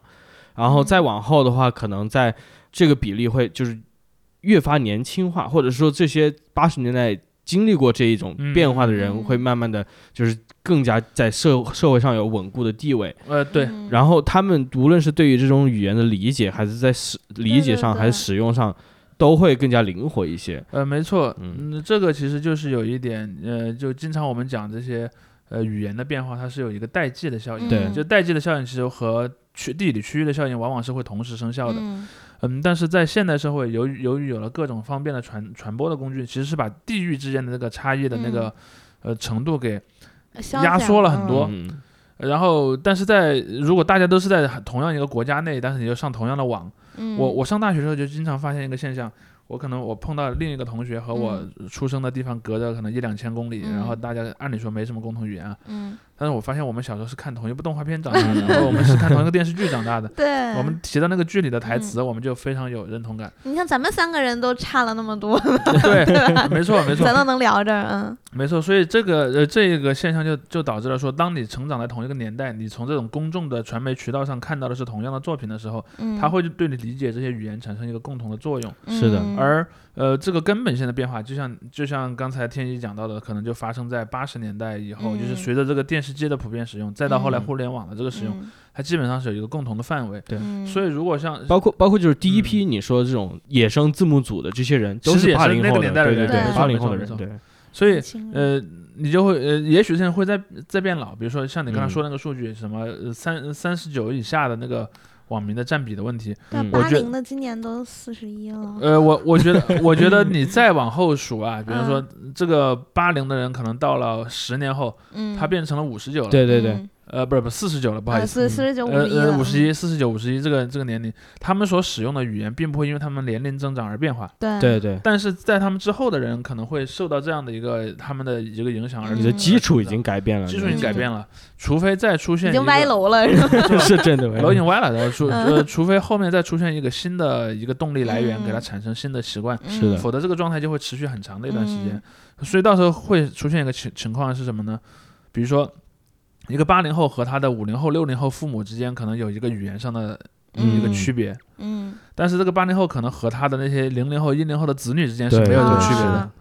然后再往后的话，可能在这个比例会就是越发年轻化，或者说这些八十年代。经历过这一种嗯变化的人，嗯会慢慢的就是更加在社社会上有稳固的地位。呃， 对，嗯然后他们无论是对于这种语言的理解，还是在使理解上，对对对还是使用上，都会更加灵活一些。呃，没错，嗯嗯，这个其实就是有一点，呃，就经常我们讲这些呃语言的变化，它是有一个代际的效应，对嗯就代际的效应其实和区地理区域的效应往往是会同时生效的，嗯嗯，但是在现代社会，由于由于有了各种方便的传传播的工具，其实是把地域之间的这个差异的嗯那个、呃程度给消压减缩了很多嗯嗯，然后，但是在如果大家都是在同样一个国家内，但是你又上同样的网，嗯我我上大学的时候就经常发现一个现象，我可能我碰到另一个同学和我出生的地方隔着可能一两千公里，嗯然后大家按理说没什么共同语言啊，嗯，，但是我发现我们小时候是看同一部动画片长大的，然后我们是看同一个电视剧长大的 对，我们提到那个剧里的台嗯词，我们就非常有认同 感。你看咱们三个人都差了那 么多，对，没错没错咱都能聊这儿， 嗯没错，所以这个呃这个现象就就导致了说，当你成长在同一个年代，你从这种公众的传媒渠道上看到的是同样的作品的时候，嗯，它会对你理解这些语言产生一个共同的作用。是的嗯而呃，这个根本性的变化，就像就像刚才天一讲到的，可能就发生在八十年代以后，就是嗯随着这个电视机的普遍使用，再到后来嗯互联网的这个使用，，它基本上是有一个共同的范围。嗯所以如果像包括包括就是第一批你说这种野生字幕组的这些人，都嗯其实也是八零那个后年代的对对人对，对八零后的没错人，没对，错所以嗯，呃，你就会呃，也许现在会再再变老，比如说像你刚才说那个数据，什么呃三三十九以下的那个网民的占比的问题，嗯对，我八觉得零的今年都四十一了，呃，我我觉得我觉得你再往后数 啊，比如嗯说这个八零的人可能到了十年后，嗯，他变成了五十九了，对对对，嗯，呃，不是不四十九了，不好意思。四四十九呃呃，五十一，嗯一、四十九、五十一这个这个年龄，他们所使用的语言并不会因为他们年龄增长而变化，对对对，但是在他们之后的人可能会受到这样的一个他们的一个影响而你的嗯基础已经改变了，技术已经嗯改变了，除非再出现已一个经歪，楼了，是吧？是真的，楼已经歪了，然后除嗯呃，除非后面再出现一个新的一个动力来源，嗯给它产生新的习惯，是的否则这个状态就会持续很长的一段时间嗯。所以到时候会出现一个情情况是什么呢？比如说。一个八零后和他的五零后、六零后父母之间可能有一个语言上的嗯一个区别，嗯，但是这个八零后可能和他的那些零零后、一零后的子女之间是对没有这个区别是的的。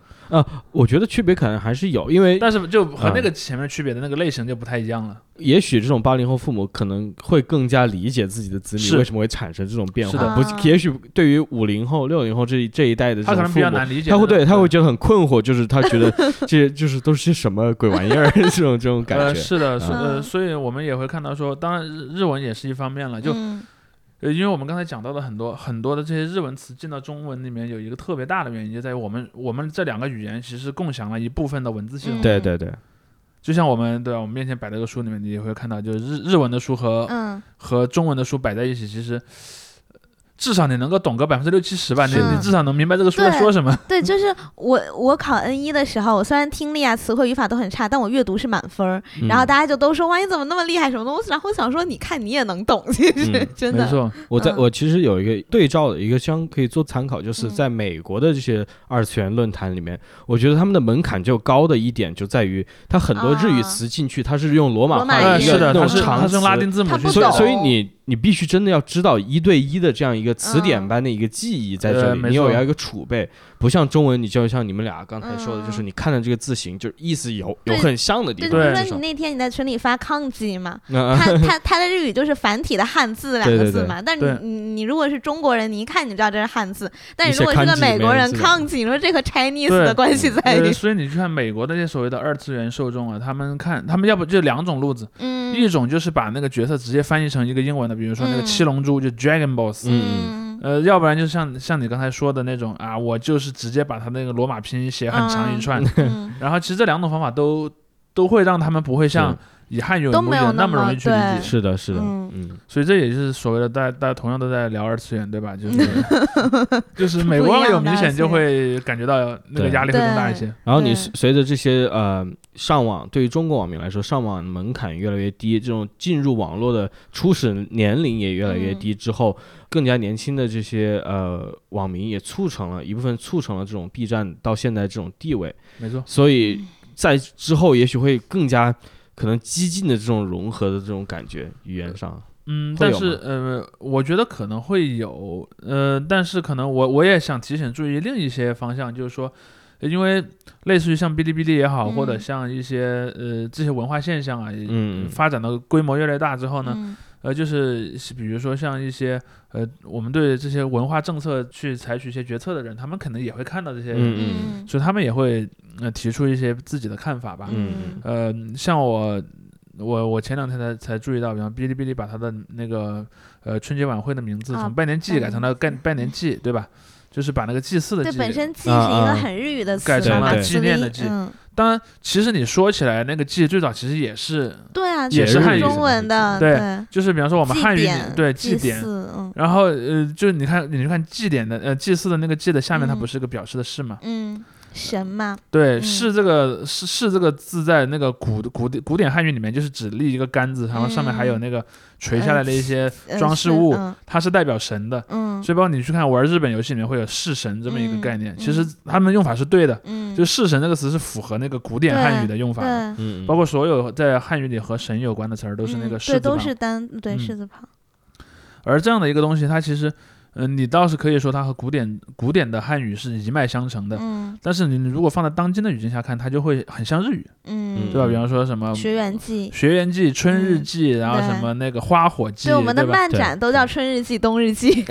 我觉得区别可能还是有，因为但是就和那个前面区别的那个类型就不太一样了。也许这种八零后父母可能会更加理解自己的子是女为什么会产生这种变是的化，不啊是？也许对于五零后、六零后这一这一代的这他可种能父比较母，难理解他那会种。对他会觉得很困惑，就是他 觉得这就是都是些什么鬼玩意儿这种这种感呃，觉。是的，是呃，嗯所以我们也会看到说，当然日日文也是一方面了，就、嗯呃因为我们刚才讲到的很多很多的这些日文词进到中文里面，有一个特别大的原因就在于我们我们这两个语言其实共享了一部分的文字系统，嗯对对对，就像我们对吧、我们面前摆的这个书里面，你也会看到，就是日日文的书和、嗯，和中文的书摆在一起，其实。至少你能够懂个百分之六七十吧，你是你至少能明白这个书在对说什么。对，就是我我考 N 一的时候，我虽然听力啊、词汇、语法都很差，但我阅读是满分儿。然嗯后大家就都说哇，你怎么那么厉害什么的？我然后我想说，你看你也能懂，其实嗯 真没的，错，我在嗯我其实有一个对照的一个相可以做参考，就是嗯在美国的这些二次元论坛里面，我觉得他们的门槛就高的一点就在于，他很多日语啊词进去，他是用罗马罗马化呃一语是个的，那它种是长它是用词拉丁字母它去不写所以，的懂所以你你必须真的要知道一对一的这样一个词典嗯般的一个记忆在这呃里，没你有错要一个储备，不像中文，你就像你们俩刚才说的，嗯就是你看的这个字形，就是意思有有对很像的地对，方。比对如至说少你那天你在群里发抗 击嘛，嗯他他他的日语就是繁体的汉字两对个对字对嘛，但对你你你如果是中国人，你一看你就知道这是汉字，但你如写果是个 kanji 美没国人人知道抗击，你说这和 Chinese 对的关系在呃，于，所以你去看美国的那些所谓的二次元受众啊，他们看他们要不就两种路子，一嗯种就是把那个角色直接翻译成一个英文的，比如说那个嗯七龙珠就 Dragon Balls，、嗯嗯呃，要不然就像像你刚才说的那种啊，我就是直接把他那个罗马拼音写很长一串，呃嗯，然后其实这两种方法都都会让他们不会像是以汉语为都母没语有的那那么容么易去理对 解，是的， 是的，嗯嗯，所以这也就是所谓的大家大家同样都在聊二次元，对吧？就是 就是美不一国样网友的明二显次就元会感觉到那个对压力会更大一对些，然后你对随随着这些呃上网，对于中国网民来说，上网门槛越来越低，这种进入网络的初始年龄也越来越嗯低之后，更加年轻的这些呃网民也促成了一部分促成了这种 B 站到现在这种地位，没错。所以在之后也许会更加可能激进的这种融合的这种感觉，语言上，嗯，会但有是吗呃，我觉得可能会有，呃，但是可能我我也想提醒注意另一些方向，就是说，呃因为类似于像哔哩哔哩也好，或者嗯像一些呃这些文化现象啊，也嗯，发展的规模越来越大之后呢，嗯呃，就是是比如说像一些呃我们对这些文化政策去采取一些决策的人，他们可能也会看到这些，嗯嗯所以他们也会呃提出一些自己的看法吧。嗯呃，像我，我我前两天才才注意到，比方哔哩哔哩把它的那个呃春节晚会的名字啊从拜年季拜改成了拜拜年祭，对吧？就是把那个祭祀的对，祭。本身祭是一个啊很日语的词改成嘛了马纪斯念利的纪嗯当然，其实你说起来，那个祭最早其实也是，对啊，也就是汉是语嗯中文的对就是比方说我我们汉语里对祭祀，典。嗯然后，呃，就你看，你去看祭典的，呃，祭祀的那个祭的下面，它嗯不是一个表示的是嘛？嗯，神嘛，对，嗯是这个是是这个字在那个古古典古典汉语里面，就是只立一个杆子，然后上面还有嗯那个垂下来的一些呃装饰是物，嗯它是代表神的。嗯所以包括你去看玩日本游戏里面会有式神这么一个嗯概念，嗯其实他们用法是对的，嗯，就式神这个词是符合那个古典汉语的用法的，对。嗯，包括所有在汉语里和神有关的词儿都是那个嗯式字对，都旁。是单对嗯狮子旁，而这样的一个东西，它其实，嗯、你倒是可以说它和古典古典的汉语是一脉相承的，嗯但是你你如果放在当今的语境下看，它就会很像日语，嗯，嗯对吧？比嗯方说什么学员季，学园祭、春日祭，然后对什么那个花火祭，对我们的吧？漫展啊都叫春日祭、冬 日祭，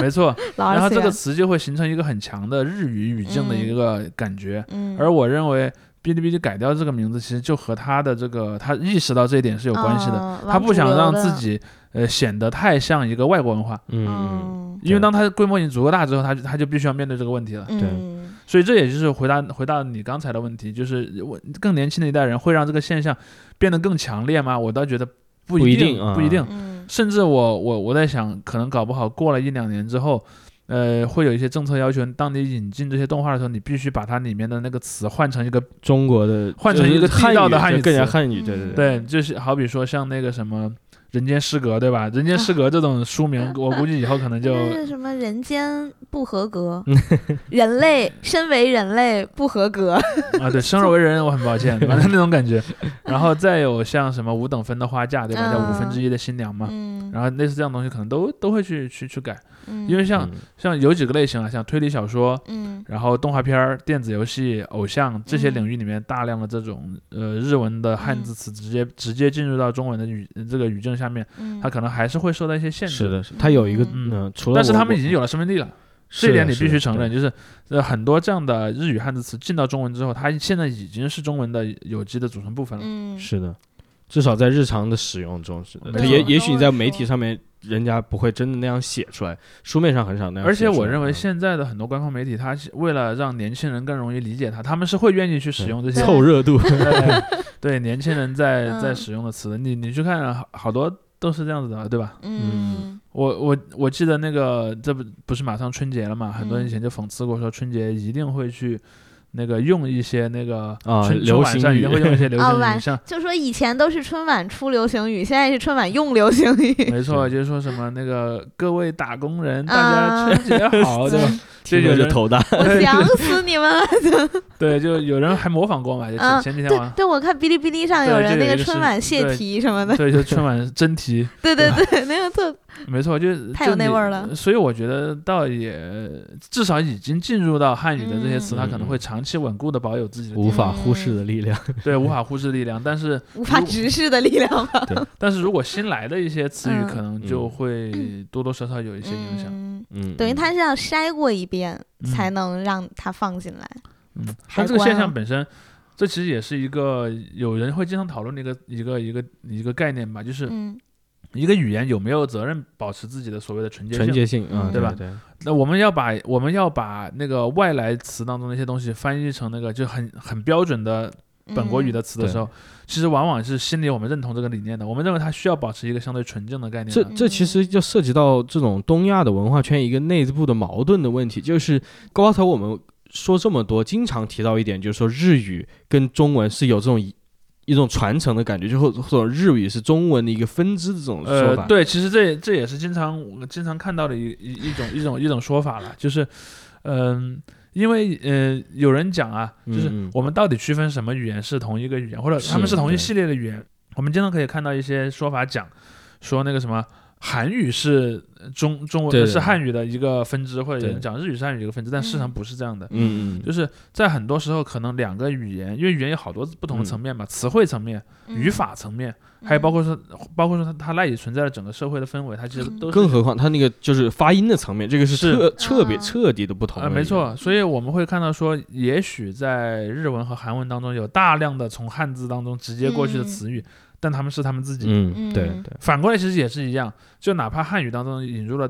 没 错，老然后二次这元个，词就会形成一个很强的日语语境的一个感觉。嗯，而我认为哔哩哔哩改掉这个名字，其实就和他的这个他意识到这一点是有关系的。嗯他不想让自，往主流的己呃显得太像一个外国文化，嗯嗯嗯因为当他规模已经足够大之后，他就他就必须要面对这个问题了。嗯，所以这也就是回答回答你刚才的问题，就是我更年轻的一代人会让这个现象变得更强烈吗？我倒觉得不不一一定啊不一定。嗯甚至我我我在想，可能搞不好过了一两年之后，呃，会有一些政策要求，当你引进这些动画的时候，你必须把它里面的那个词换成一个中国的换成一就个是地道的汉汉语语，嗯就更加词汉语，对对对，就是好比说像那个什么《人间失格》，对吧？《人间失格》这种书名，我估计以后可能 就嗯这是什么人间不合格，人类身为人类不合格，啊，对，生而为人，我很抱歉，反正那种感觉。然后再有像什么五等分的花嫁，对吧？叫五分之一的新娘嘛。嗯然后类似这样的东西，可能都都会去去去改，嗯，因为像、嗯像有几个类型啊，像推理小说，嗯然后动画片儿、电子游戏、偶像这些嗯领域里面，大量的这种呃日文的汉字词直接直接进入到中文的语呃这个语境下面，嗯，它可能还是会受到一些限制。是的，是的它有一个嗯嗯，除了但是我他们我已经有了生命力了，是这一点的你是必须的承对认，就是呃很多这样的日语汉字词进到中文之后，它现在已经是中文的有机的组成部分了。嗯是的，至少在日常的使用中是的。对也我也跟许你我在媒说体上面，人家不会真的那样写出来，书面上很少那样而写出且来。我认为嗯现在的很多官方媒体，它是为了让年轻人更容易理解它，他们是会愿意去使对用这些凑热度，对 对年轻人在在嗯使用的词，你你去看啊好好多都是这样子的，对吧？嗯我我我记得那个，这不不是马上春节了嘛？很多人以前嗯就讽刺过说春节一定会去那个用一些那个啊春流春晚行上一定语会用一些流哦行语，晚像就说以前都是春晚出流行语，现在是春晚用流行语。没错，就是说什么那个各位打工人，啊 大家春节好，对吧？这 听有着就人头大。嗯我想死你们了！对，就有人还模仿过嘛，就前嗯前几天对晚。对，我看哔哩哔哩上有对人这那有一个春是晚泄对题 什么的，对，就是春晚真题，对对对，那个特没错， 就是 太有那味儿。就了你呃所以我觉得倒也至少已经进入到汉语的这些词，它嗯可能会长期稳固的保有自己的地无位法忽视的力量，对无法忽视的力量。但是无法如直视的力量吧。但是如果新来的一些词语，嗯可能就会多多少少 有一些影响。嗯，嗯，等于他是要筛过一遍嗯才能让它放进来。嗯，海但这个关现啊象本身，这其实也是一个有人会经常讨论的一个一个一个一个概念吧，就是嗯一个语言有没有责任保持自己的所谓的纯洁性纯。洁性嗯啊，对吧对，那我们要把我们要把那个外来词当中那些东西翻译成那个就很很标准的本嗯国语嗯的词的时候，其实往往是心里我们认同这个理念的，我们认为它需要保持一个相对纯净的概念这的。这其实就涉及到这种东亚的文化圈一个内部的矛盾的问题，就是高头我们说这么多，经常提到一点，就是说日语跟中文是有这种一一种传承的感觉，就或或者日语是中文的一个分支的这种说呃法。，对，其实这这也是经常经常看到的一一一种一种一种说法了，就是，嗯、因为呃，有人讲啊，就是嗯嗯我们到底区分什么语言是同一个语言，或者他们是是同一对系列的语言？我们经常可以看到一些说法讲，说那个什么韩语是中中文呃对对是汉语的一个分支，或者有人对讲日语是汉语的一个分支，但事实上嗯不是这样的。嗯嗯，就是在很多时候，可能两个语言，因为语言有好多不同的嗯层面嘛，词汇层面、嗯语法层面，还有包括说，包括说它它赖以存在的整个社会的氛围，它其实嗯都是更何况它那个就是发音的层面，这个是是彻彻别啊彻底的不同啊、了没已经，错。所以我们会看到说，也许在日文和韩文当中有大量的从汉字当中直接过去的嗯词语，但他们是他们自己。嗯，对嗯对，反过来其实也是一样，就哪怕汉语当中引入了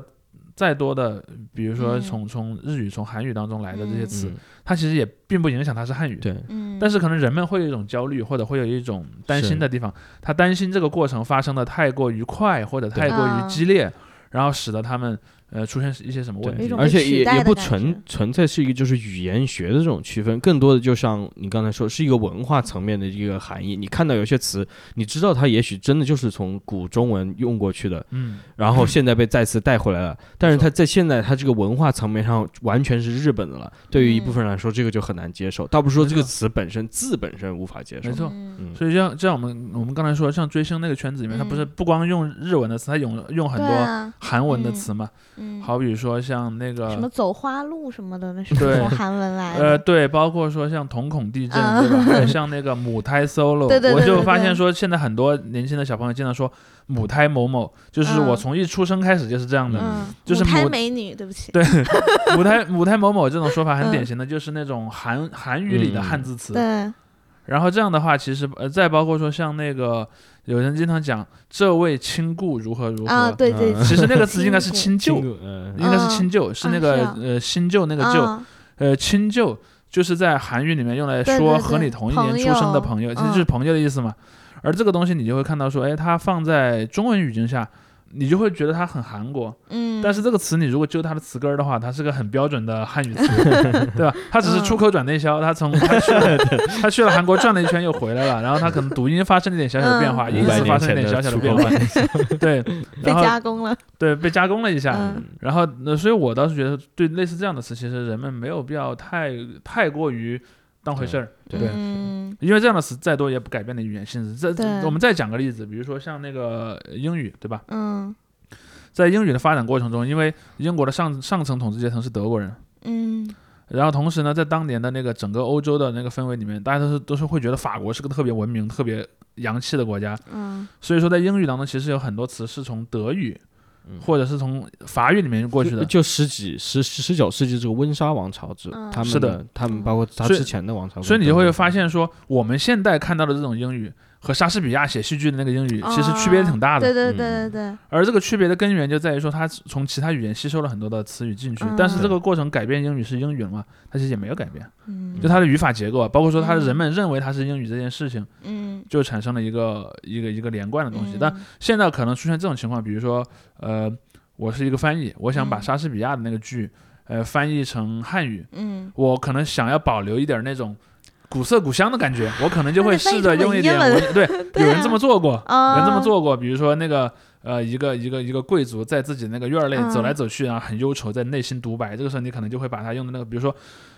再多的，比如说嗯从、从日语、从韩语当中来的这些嗯词，嗯它其实也并不影响它是汉语。对，嗯，但是可能人们会有一种焦虑，或者会有一种担心的地方，他担心这个过程发生的太过于快或者太过于激烈，然后使得他们呃出现一些什么问有一对题种。而被且取也代也的不感觉纯纯粹是一个就是语言学的这种区分，更多的就像你刚才说，是一个文化层面的一个含义。你看到有些词，你知道它也许真的就是从古中文用过去的，嗯，然后现在被再次带回来 了，但是没错它在现在它这个文化层面上完全是日本的了。对于一部嗯分人来说，这个就很难接受，倒不是说没这个错词本身字本身无法接受没。错嗯嗯所以像像我们我们刚才说，像追星那个圈子里面，他不是嗯不光用日文的词，他用用很对多啊，韩文的词嘛，嗯，好比说像那什么个走花路什么的，那是不对是从韩文来呃的。对，包括说像瞳孔地震啊对吧？还有像那个母胎 solo， 对对对我就对发现对说现在很多年轻的小朋友经常说母胎某某，就是我嗯从一出生开始就是这样的，嗯，就是母胎母美女，对不起，对母胎母胎某某这种说法很典嗯型的，就是那种韩韩语里的汉字词。对，然后这样的话，其实呃，再包括说像那个有人经常讲这位亲故如何如何，嗯啊，对对，其实那个词应该是亲亲旧，嗯应该是亲旧，是那个、啊是啊呃新旧那那个旧，呃亲旧就是在韩语里面用来对说对和对你同一年出生的朋友，朋友嗯其实就是朋友的意思嘛。而这个东西你就会看到说，哎，它放在中文语境下，你就会觉得它很韩国，嗯，但是这个词你如果揪它的词根儿的话，它是个很标准的汉语 词，对吧？它只嗯是出口转内销，它从它去了 它去了韩国转了一圈又回来了，然后它可能读音发生了一点小小的变化，嗯音五百字发年生了前一点小的小的出变口化，吧，对，被然后加工了，对被加工了一下，嗯然后那所以我倒是觉得对类似这样的词，其实人们没有必要太太过于当回事儿，对嗯因为这样的词再多也不改变你语言性质。对再我们再讲个例子，比如说像那个英语，对吧？嗯在英语的发展过程中，因为英国的上上层统治阶层是德国人。嗯然后同时呢，在当年的那个整个欧洲的那个氛围里面，大家都是都是会觉得法国是个特别文明、特别洋气的国家。嗯，所以说，在英语当中，其实有很多词是从德语嗯或者是从法语里面过去就的。就十几十十十九世纪这个温莎王朝之，嗯他是们的的他们包括他所以之前的王朝，所以你就会发。现说，我们现代看到的这种英语和莎士比亚写戏剧的那个英语，其实区别挺大的。哦对对对对对，而这个区别的根源就在于说，它从其他语言吸收了很多的词语进去，嗯但是这个过程改变英语是英语了嘛？它其实也没有改变，嗯就它的语法结构啊，包括说它的嗯人们认为它是英语这件事情。嗯就产生了一个一个一个连贯的东西。嗯但现在可能出现这种情况，比如说，呃，我是一个翻译，我想把嗯莎士比亚的那个剧，呃，翻译成汉语，嗯，我可能想要保留一点那种古色古香的 感觉，我可能就那会得翻译试着成用一文点言文文，对， 对有人啊这么做过，有人这么啊做过，比如说那个。呃，一个一个一个贵族在自己那个院儿内嗯走来走去，然后很忧愁，在内心独白。这个时候，你可能就会把它用的那个，比如说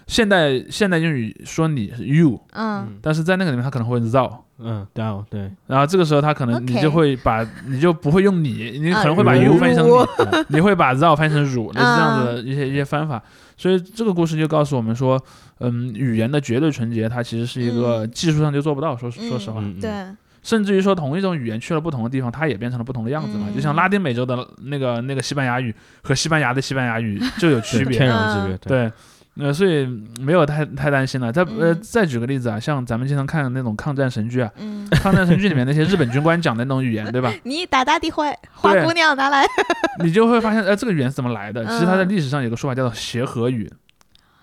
现代现代英语说你是 you，嗯，但是在那个里面它可能会 thou，嗯，down 对，然后这个时候它可能 OK 你就会把你就不会用你，你啊可能会把 you 如翻译成如你， 嗯 你会把 thou 翻译成汝，类似这样子的一些一些方法。所以这个故事就告诉我们说，嗯，语言的绝对纯洁，它其实是一个技术上就做不到。说说实话，嗯，嗯，对，甚至于说同一种语言去了不同的地方，它也变成了不同的样子嘛。嗯就像拉丁美洲的那个那个西班牙语和西班牙的西班牙语就有区 对别天。嗯壤之别，对，对，呃，所以没有太太担心了。再呃，嗯再举个例子啊，像咱们经常看那种抗战神剧啊， 嗯，抗战神剧里面那些日本军官讲的那种语言，对吧？你打打地坏花对姑娘拿来你就会发现，呃，这个语言是怎么来的？其实它在嗯历史上有个说法叫做协和语，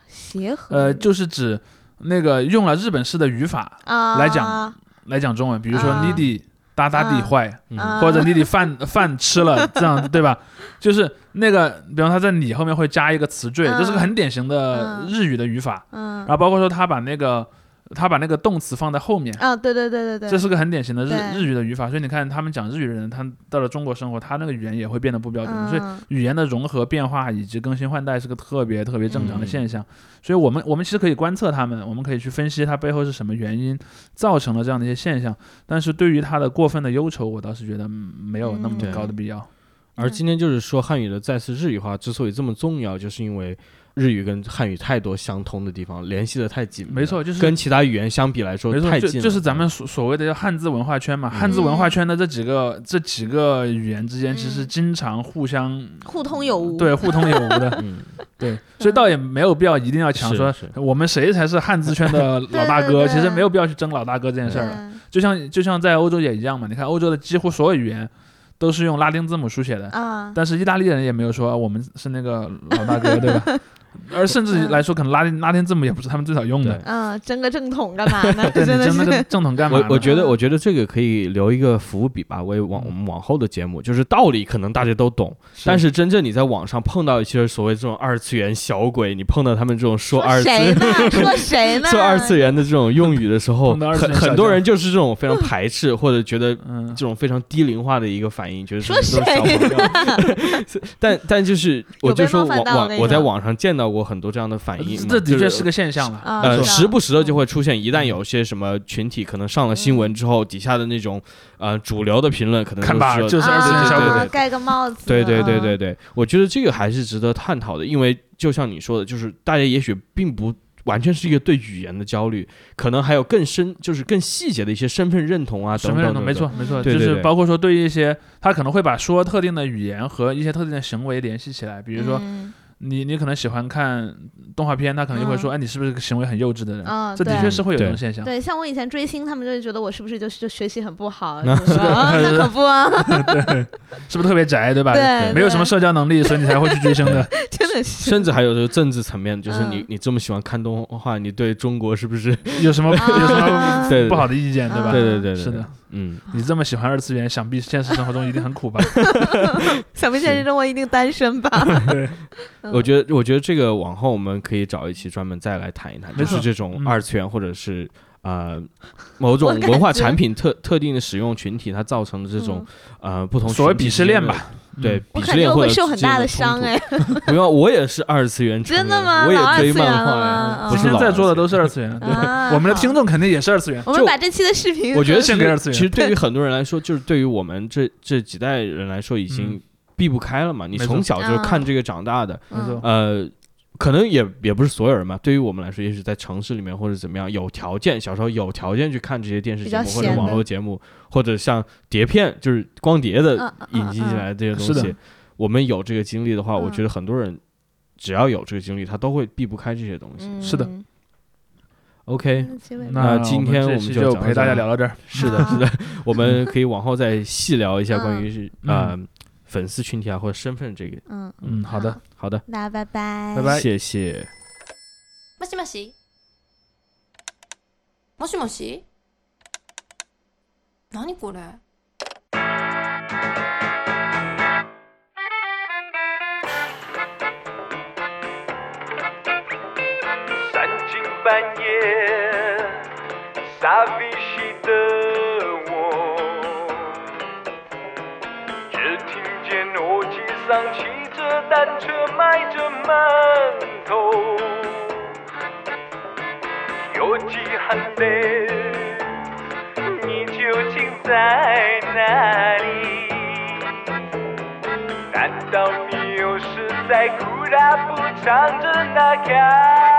协和，呃，就是指那个用了日本式的语法啊来讲，来讲中文，比如说啊 n i 哒哒地啊坏。嗯啊或者你得饭饭吃了，这样对 吧？就是那个，比方他在你后面会加一个词缀，嗯这是个很典型的嗯日语的语法。嗯然，后包括说他把那个他把那个动词放在后面，啊，对对对对这对，是个很典型的日对日语的语法。所以你看他们讲日语的人，他到了中国生活，他那个语言也会变得不标准。所以嗯，语言的融合、变化以及更新换代是个特别特别正常的嗯现象，所以我们我们其实可以观测它们，我们可以去分析它背后是什么原因造成了这样的一些现象。但是对于它的过分的忧愁，我倒是觉得嗯没有那么嗯高的必要。而今天就是说汉语的再次日语化之所以这么重要，就是因为日语跟汉语太多相通的地方，联系的太紧密了，没错就是跟其他语言相比来说没错，太就近了，嗯就是咱们所所谓的叫汉字文化圈嘛，汉字文化圈的这几个这几个语言之间，其实嗯经常互相互通有无，对互通有无 的，嗯，对，所以倒也没有必要一定要强是说是我们谁才是汉字圈的老大对哥，对其实对没有必要去争老大哥这件对，事儿了。就像就像在欧洲也一样嘛，你看欧洲的几乎所有语言都是用拉丁字母书写的，啊，但是意大利人也没有说啊我们是那个老大哥，对 吧？而甚至来说，可能拉丁拉丁字母也不是他们最早用的对。嗯，争个正统干嘛 呢？对， 真你的争那个是，正统干嘛呢我我觉嗯得，我觉得这个可以留一个伏笔吧，为往我们往后的节目，就是道理可能大家都懂，但是真正你在网上碰到一些所谓这种二次元小鬼，你碰到他们这种说二次 谁呢？说谁呢？说二次元的这种用语的时候，碰到二次很元小很多将人就是这种非常嗯排斥或者觉得嗯这，种非常低龄化的一个反应，觉得说什么都是小朋友。 但但就是，我有被就说冒犯网到网那我在种网上见到过很多这样的反应嘛，这的就确是个现象了。啊，呃，是时不时的就嗯会出现，一旦有些什么群体可能上了新闻之后，底下的那种呃主流的评论，可能嗯看吧说就是二次元小对啊对鬼对盖个帽子，对对对对嗯，对，我觉得这个还是值得探讨的，因为就像你说的，就是大家也许并不。完全是一个对语言的焦虑，可能还有更深，就是更细节的一些身份认同啊，身等份等认等同，等。没错没错，对就对是对包括说对于一些他可能会把说特定的语言和一些特定的行为联系起来，比如说嗯你你可能喜欢看动画片，他可能就会说，哎，你是不是个行为很幼稚的人？嗯，这的对确是会有这种对现象。对，像我以前追星，他们就会觉得我是不是就是就学习很 不好，那什么的啊那可不啊，是不是特别宅，哎对吧？对没有什么对社交能力，所以你才会去追星 的。真的 是甚至还有就是政治层面，就是你嗯你这么喜欢看动画，你对中国是不 是？有什么有什么啊对嗯不好的意见，对啊吧？对对对，对是的，，嗯，你这么喜欢二次元，想必现实生活中一定很 苦吧？想不现实中我一定单身吧？嗯我觉得，我觉得这个往后我们可以找一期专门再来谈一谈，没就错是这种嗯二次元或者是呃某种我感文化觉产品特特定的使用群体，它造成的这种呃不同所谓群体鄙视之间链的吧，对嗯，嗯鄙我视感觉链我或会者受很之间大的的伤冲突哎，不要，我也是二次元成员，真的吗我也老二追次元漫了画呀吗，不今是天老在二座的次都元是 二次元，对啊 我们的听众肯定也是二次元。我们就把这期的视频，我觉得献其给二实次元其实对于很多人来说，就是对于我们这这几代人来说，已经避不开了嘛。你嗯没错从小就是嗯看这个长大的，没错嗯呃，可能也也不是所有人嘛。对于我们来说，也许在城市里面或者怎么样，有条件，小时候有条件去看这些电视节目比较或者闲网的络节目，或者像碟片，就是光碟的嗯嗯引进进来的这些是东的西，我们有这个经历的话，我嗯觉得很多人只要有这个经历，他都会避不开这些东西。嗯是的 OK，嗯结尾吧那今天我我们们这期就就讲到陪大这家儿聊到这儿，是的，是的，我们可以往后再细聊一下关嗯于是呃粉丝群体啊或者身份这个。 嗯，嗯，好的，，好的，那拜拜，拜拜谢谢。もしもしもしもし何これ三更半夜，傻逼兮的我，只上骑着单车卖着馒头，有几行泪，你究竟在哪里？难道你又是在哭他不唱着那歌？